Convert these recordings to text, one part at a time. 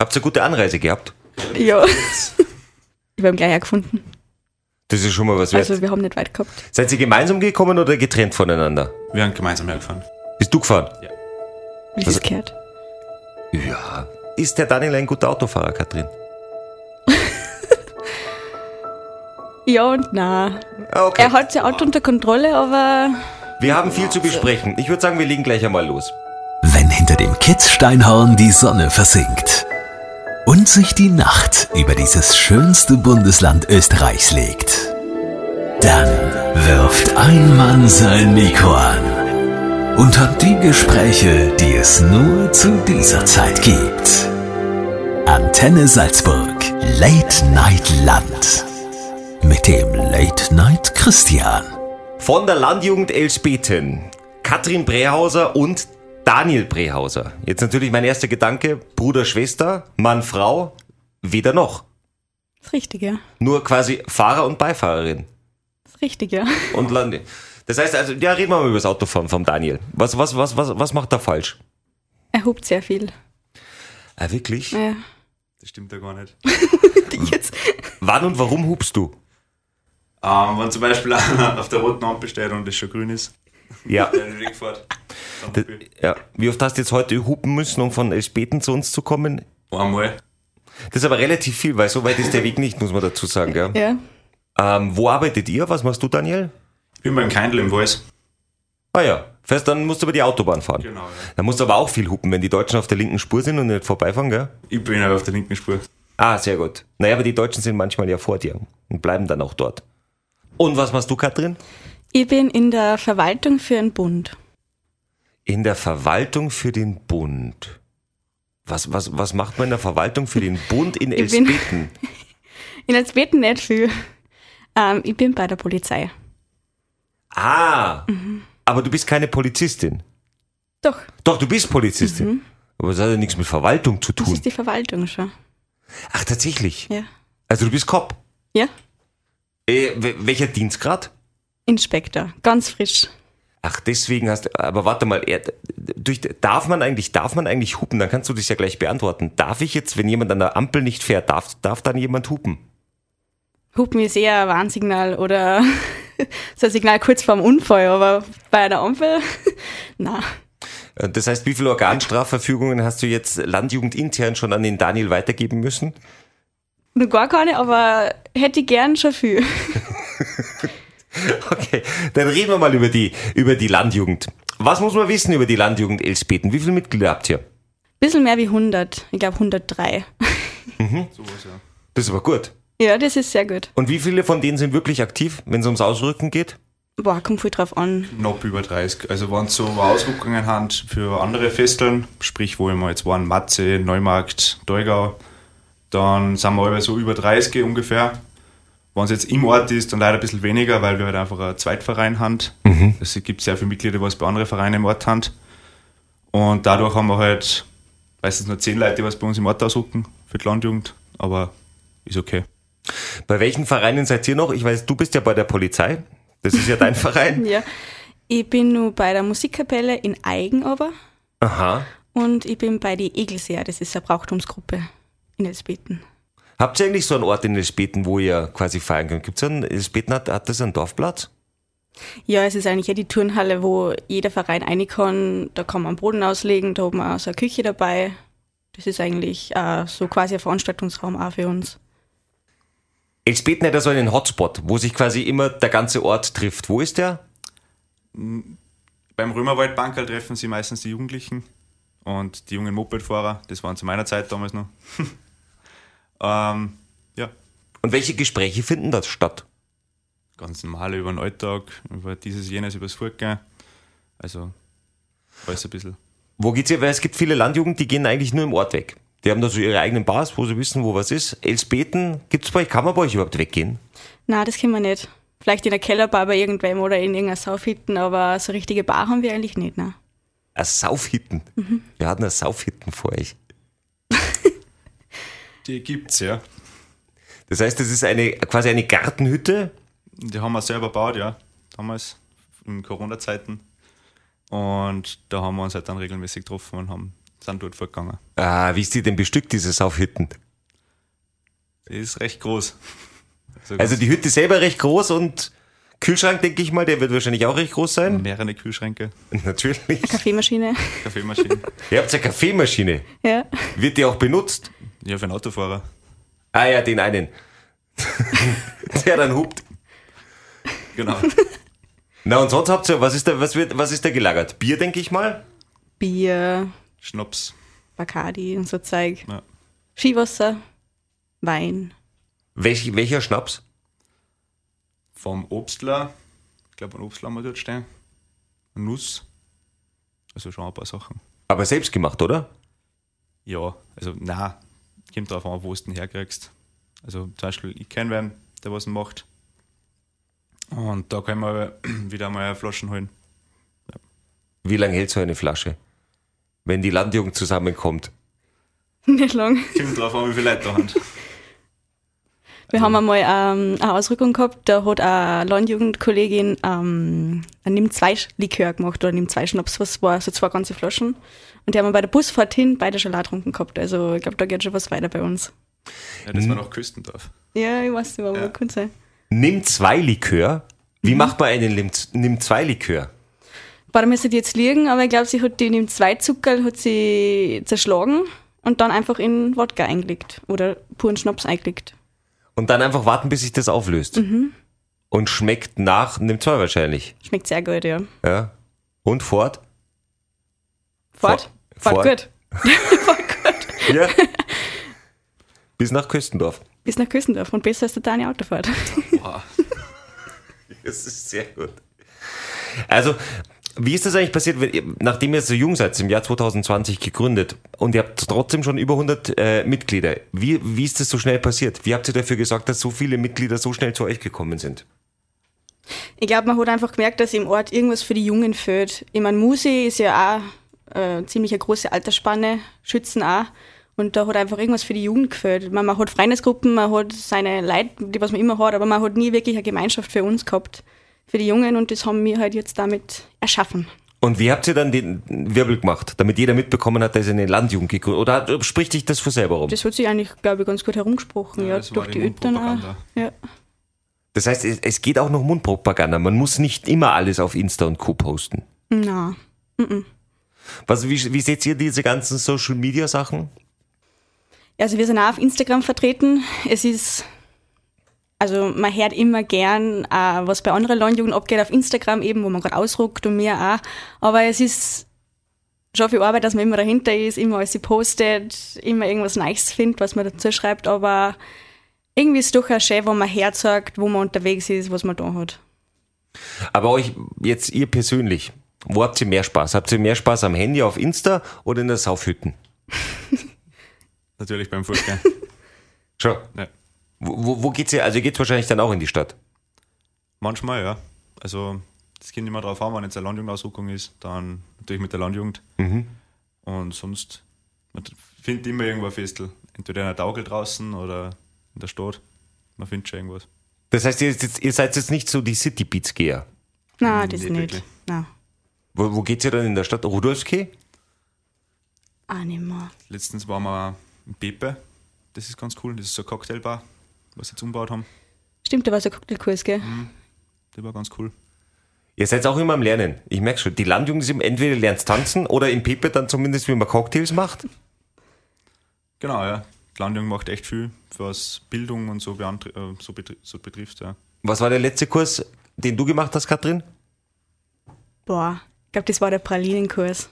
Habt ihr gute Anreise gehabt? Ja. Wir haben gleich auch gefunden. Das ist schon mal was wert. Also wir haben nicht weit gehabt. Seid ihr gemeinsam gekommen oder getrennt voneinander? Wir haben gemeinsam hergefahren. Bist du gefahren? Wie es Also- gehört. Ja. Ist der Daniel ein guter Autofahrer, Katrin? Ja und na. Ah, Okay. Er hat Also- sein Auto unter Kontrolle, aber Wir haben viel zu besprechen. Ich würde sagen, wir legen gleich einmal los. Wenn hinter dem Kitzsteinhorn die Sonne versinkt und sich die Nacht über dieses schönste Bundesland Österreichs legt, dann wirft ein Mann sein Mikro an und hat die Gespräche, die es nur zu dieser Zeit gibt. Antenne Salzburg, Late Night Land mit dem Late Night Christian. Von der Landjugend Elsbeten, Katrin Brehauser und Daniel Brehauser. Jetzt natürlich mein erster Gedanke, Bruder, Schwester, Mann, Frau, weder noch. das Richtige. Nur quasi Fahrer und Beifahrerin Das Richtige. und Lande. Das heißt also, ja, reden wir mal über das Autofahren vom Daniel. Was, was, was, was, was macht er falsch? Er hupt sehr viel. Ah, wirklich? Ja. Das stimmt ja gar nicht. Jetzt. Wann und warum hubst du? Ähm, wenn zum Beispiel einer auf der roten Ampel steht und es schon grün ist, Ja. der den Weg fährt. dann hab ich- ja. Wie oft hast du jetzt heute hupen müssen, um von Elsbeten zu uns zu kommen? Einmal. Das ist aber relativ viel, weil so weit ist der Weg nicht, muss man dazu sagen. Gell? Ja. Ähm, wo arbeitet ihr? Was machst du, Daniel? Ich bin beim Kindle im Wals. Ah ja, fährst dann musst du über die Autobahn fahren. Genau, ja. Da musst du aber auch viel hupen, wenn die Deutschen auf der linken Spur sind und nicht vorbeifahren, gell? Ich bin aber auf der linken Spur. Ah, sehr gut. Naja, aber die Deutschen sind manchmal ja vor dir und bleiben dann auch dort. Und was machst du, Katrin? Ich bin in der Verwaltung für einen Bund. In der Verwaltung für den Bund. Was, was, was macht man in der Verwaltung für den Bund in Ich bin- Elsbeten? In als beten nicht viel. Ähm, ich bin bei der Polizei. Ah, Mhm. aber du bist keine Polizistin. Doch, Doch, du bist Polizistin. Aber das hat ja nichts mit Verwaltung zu Mhm. das tun. ist die Verwaltung schon. Ach, tatsächlich. Ja. Also du bist Cop. Ja? Äh, wel- welcher Dienstgrad? Inspektor, ganz frisch. Ach, deswegen hast du. Aber warte mal, er, durch, darf man eigentlich, darf man eigentlich hupen? Dann kannst du das ja gleich beantworten. Darf ich jetzt, wenn jemand an der Ampel nicht fährt, darf, darf dann jemand hupen? Hupen ist eher ein Warnsignal oder so ein Signal kurz vorm Unfall, aber bei einer Ampel, na, Äh, Das heißt, wie viele Organstrafverfügungen hast du jetzt landjugendintern schon an den Daniel weitergeben müssen? nur gar keine, aber hätte ich gern schon viel. Okay, dann reden wir mal über die, über die Landjugend. Was muss man wissen über die Landjugend Elsbeten? Wie viele Mitglieder habt ihr? Bisschen mehr wie 100, ich glaube 103. Sowas, ja. Das ist aber gut. Ja, das ist sehr gut. Und wie viele von denen sind wirklich aktiv, wenn es ums Ausrücken geht? Boah, kommt viel drauf an. Knapp über 30. Also wenn so Ausrückungen haben für andere Festeln, sprich wo immer jetzt waren, Matze, Neumarkt, Deugau, dann sind wir alle so über 30 ungefähr. Wenn es jetzt im Ort ist, dann leider ein bisschen weniger, weil wir halt einfach einen Zweitverein haben. Es gibt sehr viele Mitglieder, was bei anderen Vereinen im Ort haben. Und dadurch haben wir halt meistens nur 10 Leute, die was bei uns im Ort ausrücken für die Landjugend, aber ist okay. Bei welchen Vereinen seid ihr noch? Ich weiß, du bist ja bei der Polizei. Das ist ja dein Verein. Ja. Ich bin nur bei der Musikkapelle in Eigen aber Aha. und ich bin bei die Egelseer, das ist eine Brauchtumsgruppe in Elsbeten. Habt ihr eigentlich so einen Ort in Elspeten, wo ihr quasi feiern könnt? Gibt's einen, Elspeten hat, hat das einen Dorfplatz? Ja, es ist eigentlich ja die Turnhalle, wo jeder Verein rein kann. Da kann man Boden auslegen, da hat man auch so eine Küche dabei. Das ist eigentlich äh, so quasi ein Veranstaltungsraum auch für uns. Elspeten hat ja so einen Hotspot, wo sich quasi immer der ganze Ort trifft. Wo ist der? Beim Römerwaldbankerl treffen sie meistens die Jugendlichen und die jungen Mopedfahrer. Das waren zu meiner Zeit damals noch. ähm, ja, Und welche Gespräche finden dort statt? ganz normale über den Alltag, über dieses, jenes, über das Fortgehen. Also, alles ein bisschen. Wo geht's ihr? Weil es gibt viele Landjugend, die gehen eigentlich nur im Ort weg. Die haben da so ihre eigenen Bars, wo sie wissen, wo was ist. Elspeten, gibt's bei euch, kann man bei euch überhaupt weggehen? Na, das können wir nicht. Vielleicht in der Kellerbar bei irgendwem oder in irgendeiner Saufhitten, aber so richtige Bar haben wir eigentlich nicht. Ne? Ein Saufhitten. Wir hatten ein Saufhitten vor euch. Die gibt's, ja. Das heißt, das ist eine, quasi eine Gartenhütte. Die haben wir selber gebaut, ja. Damals, in Corona-Zeiten. Und da haben wir uns halt dann regelmäßig getroffen und haben sind dort vorgegangen. Ah, wie ist die denn bestückt, diese Saufhütten? Die ist recht groß. Also die Hütte selber recht groß und Kühlschrank, denke ich mal, der wird wahrscheinlich auch recht groß sein. mehrere Kühlschränke, Natürlich. Kaffeemaschine. Kaffeemaschinen. Ihr habt ja Kaffeemaschine. ja. Wird die auch benutzt? ja, für einen Autofahrer. Ah ja, den einen. der dann hupt. Genau. Na und sonst habt ihr, was ist da, was wird, was ist da gelagert? Bier, denke ich mal. Bier, Schnaps. Bacardi und so Zeug. Ja. Skiwasser, Wein. Welch, welcher Schnaps? Vom Obstler. Ich glaube, ein Obstler haben wir dort stehen. Eine Nuss. Also schon ein paar Sachen. Aber selbst gemacht, oder? Ja, also na, kommt drauf an, wo du den herkriegst. Also zum Beispiel, ich kenne wen, der was macht. Und da können wir wieder mal Flaschen holen. Wie lange hält so eine Flasche? Wenn die Landjugend zusammenkommt. Nicht lang. Kommt drauf an, wie viele Leute da haben. Wir haben einmal ähm, eine Ausrückung gehabt, da hat eine Landjugendkollegin ähm, einen nimm zwei Likör gemacht oder nimm zwei Schnaps, was war, so zwei ganze Flaschen. Und die haben wir bei der Busfahrt hin beide schon leer getrunken gehabt. Also ich glaube, da geht schon was weiter bei uns. Ja, das war noch Küstendorf. Ja, ich weiß nicht, warum Ja. ja. kann sein. Nimm zwei Likör. Wie macht man einen Lim- Nimm zwei Likör? Warte, müsste die jetzt liegen, aber ich glaube, sie hat den im Zweizuckerl hat sie zerschlagen und dann einfach in Wodka eingelegt oder puren Schnaps eingelegt. Und dann einfach warten, bis sich das auflöst. Und schmeckt nach Nimm zwei wahrscheinlich. Schmeckt sehr gut, ja. Ja. Und fort. Fort? Fort, Fort. gut. Ja. Bis nach Köstendorf. Bis nach Küssendorf und besser als der Dani Autofahrt. Das ist sehr gut. Also, wie ist das eigentlich passiert, wenn ihr- nachdem ihr so jung seid, im Jahr 2020 gegründet und ihr habt trotzdem schon über 100 äh, Mitglieder? Wie, wie ist das so schnell passiert? Wie habt ihr dafür gesorgt, dass so viele Mitglieder so schnell zu euch gekommen sind? Ich glaube, man hat einfach gemerkt, dass im Ort irgendwas für die Jungen fehlt. Ich meine, Musi ist ja auch äh, ziemlich eine große Altersspanne, Schützen auch. Und da hat einfach irgendwas für die Jugend gefehlt. Ich mein, man hat Freundesgruppen, man hat seine Leute, die was man immer hat, aber man hat nie wirklich eine Gemeinschaft für uns gehabt, für die Jungen. Und das haben wir halt jetzt damit erschaffen. Und wie habt ihr dann den Wirbel gemacht, damit jeder mitbekommen hat, dass ihr eine Landjugend gegründet Oder hat- spricht dich das vor selber rum? Das hat sich eigentlich, glaube ich, ganz gut herumgesprochen, Ja, ja, das war durch die die Eltern auch. Mundpropaganda. Ja. Das heißt, es, es geht auch noch Mundpropaganda. Man muss nicht immer alles auf Insta und Co. posten. Na, Was, wie, wie seht ihr diese ganzen Social Media Sachen? Also wir sind auch auf Instagram vertreten. Es ist, also man hört immer gern, äh, was bei anderen Landjugend abgeht auf Instagram eben, wo man gerade ausruckt und mir auch. Aber es ist schon viel Arbeit, dass man immer dahinter ist, immer alles postet, immer irgendwas Neues findet, was man dazu schreibt. Aber irgendwie ist es doch auch schön, wo man herzeigt, wo man unterwegs ist, was man da hat. Aber euch, jetzt ihr persönlich, wo habt ihr mehr Spaß? Habt ihr mehr Spaß am Handy, auf Insta oder in der Saufhütten? Natürlich beim Fußgänger. Schon. ja. Wo, wo- wo geht's ihr? Also ihr geht's wahrscheinlich dann auch in die Stadt. Manchmal, ja. Also, das kommt immer drauf an, wenn jetzt eine Landjugendausrückung ist, dann natürlich mit der Landjugend. Und sonst, man findet immer irgendwo ein Festel. Entweder in der Taukel draußen oder in der Stadt. Man findet schon irgendwas. Das heißt, ihr, ist jetzt, ihr seid jetzt nicht so die City Beats Geher. Na, das Mhm, Nee, nicht. wirklich. Na, Wo, wo geht's ihr dann in der Stadt? Rudolfskee? auch nicht mehr. Letztens waren wir in Pepe. Das ist ganz cool. Das ist so eine Cocktailbar, was sie jetzt umgebaut haben. Stimmt, da war so ein Cocktailkurs, gell? Mhm. Die war ganz cool. Ihr seid auch immer am Lernen. Ich merke schon, die Landjugend ist eben entweder lernt tanzen oder im Pepe dann zumindest, wie man Cocktails macht. Genau, ja. Die Landjugend macht echt viel, was Bildung und so, beantre- äh, so, betri so betrifft. Ja. Was war der letzte Kurs, den du gemacht hast, Katrin? Boah, ich glaube, das war der Pralinenkurs.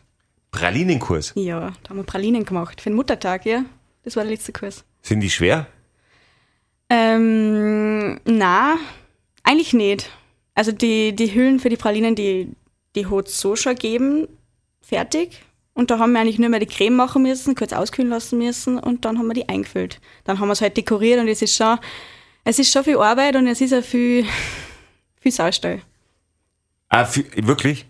Pralinenkurs. Ja, da haben wir Pralinen gemacht. Für den Muttertag, ja. Das war der letzte Kurs. Sind die schwer? Ähm, na, eigentlich nicht. Also die, die Hüllen für die Pralinen, die, die hat es so schon gegeben, fertig. Und da haben wir eigentlich nur mehr die Creme machen müssen, kurz auskühlen lassen müssen und dann haben wir die eingefüllt. Dann haben wir es halt dekoriert und es ist schon, es ist schon viel Arbeit und es ist auch viel, viel Saustall. Ah, für, wirklich?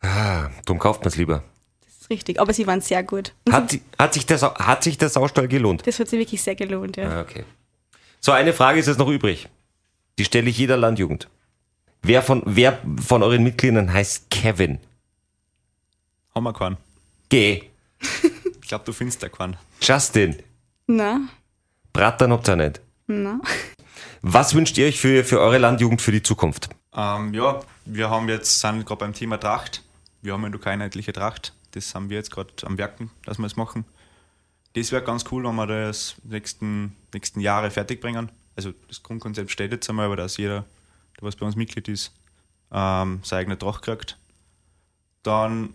Ah, drum kauft man's lieber. Das ist richtig. Aber sie waren sehr gut. Hat, si- hat, sich, das, hat sich der Saustall gelohnt? Das hat sich wirklich sehr gelohnt, ja. Ah, okay. So, eine Frage ist jetzt noch übrig. Die stelle ich jeder Landjugend. Wer von, wer von euren Mitgliedern heißt Kevin? Haben wir keinen. Geh. Ich glaube, du findest da keinen. Justin. Na, Brattern habt ihr nicht. na. Was wünscht ihr euch für, für eure Landjugend für die Zukunft? Ähm, ja, wir haben jetzt, sind gerade beim Thema Tracht. Wir haben ja noch keine einheitliche Tracht. Das haben wir jetzt gerade am Werken, dass wir es machen. Das wäre ganz cool, wenn wir das nächsten, nächsten Jahre fertig bringen. Also das Grundkonzept steht jetzt einmal, aber dass jeder, der was bei uns Mitglied ist, ähm, seine eigene Tracht kriegt. Dann,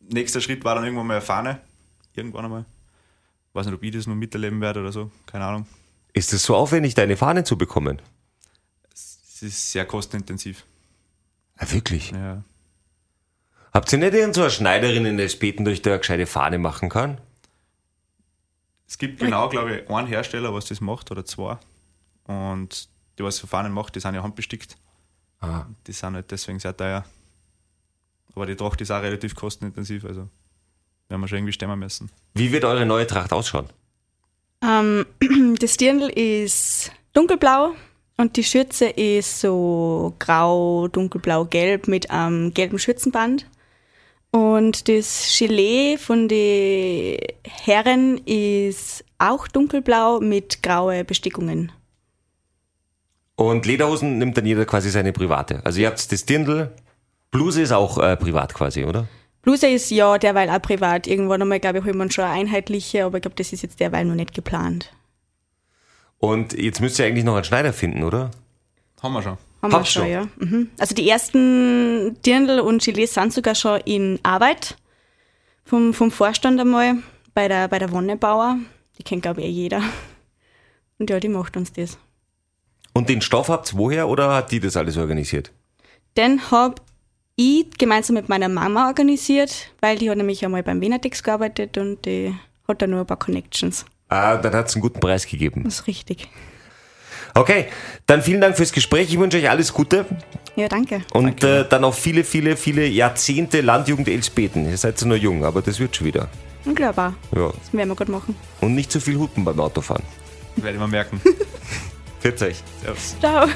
nächster Schritt war dann irgendwann mal eine Fahne. Irgendwann einmal. Weiß nicht, ob ich das noch miterleben werde oder so. Keine Ahnung. Ist es so aufwendig, deine Fahne zu bekommen? Es ist sehr kostenintensiv. Ah, wirklich? Ja. Habt ihr nicht irgend so eine Schneiderin in der Späten, durch der eine gescheite Fahne machen kann? Es gibt genau, glaube ich, einen Hersteller, was das macht oder zwei. Und die, was so Fahnen macht, die sind ja handbestickt. Ah. Die sind halt deswegen sehr teuer. Aber die Tracht ist auch relativ kostenintensiv, also werden wir schon irgendwie stemmen müssen. Wie wird eure neue Tracht ausschauen? Ähm, das Dirndl ist dunkelblau und die Schürze ist so grau, dunkelblau, gelb mit einem gelben Schürzenband. Und das Gilet von den Herren ist auch dunkelblau mit graue Bestickungen. Und Lederhosen nimmt dann jeder quasi seine private. Also ihr habt das Dirndl, Bluse ist auch äh, privat quasi, oder? Bluse ist ja derweil auch privat. Irgendwann einmal, glaube ich, holt man schon eine einheitliche, aber ich glaube, das ist jetzt derweil noch nicht geplant. Und jetzt müsst ihr eigentlich noch einen Schneider finden, oder? Haben wir schon. Haben wir Hab's schon, schon. ja. Mhm. Also die ersten Dirndl und Gilets sind sogar schon in Arbeit. Vom, vom Vorstand einmal bei der, bei der Wonnebauer. Die kennt, glaube ich, eh jeder. Und ja, die macht uns das. Und den Stoff habt ihr woher oder hat die das alles organisiert? Den habe ich gemeinsam mit meiner Mama organisiert, weil die hat nämlich einmal beim Venatex gearbeitet und die hat da nur ein paar Connections. Ah, dann hat's einen guten Preis gegeben. Das ist richtig. Okay, dann vielen Dank fürs Gespräch. Ich wünsche euch alles Gute Ja, danke. und äh, dann auch viele, viele, viele Jahrzehnte Landjugend Elsbeten. Ihr seid so nur jung, aber das wird schon wieder. Unglaubbar. Ja. Das werden wir gut machen. Und nicht zu viel hupen beim Autofahren. Werde ich mal merken. Pfiat euch. Servus. Ciao.